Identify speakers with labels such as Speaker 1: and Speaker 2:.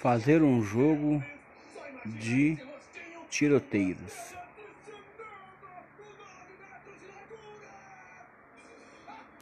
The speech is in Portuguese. Speaker 1: fazer um jogo de tiroteiros.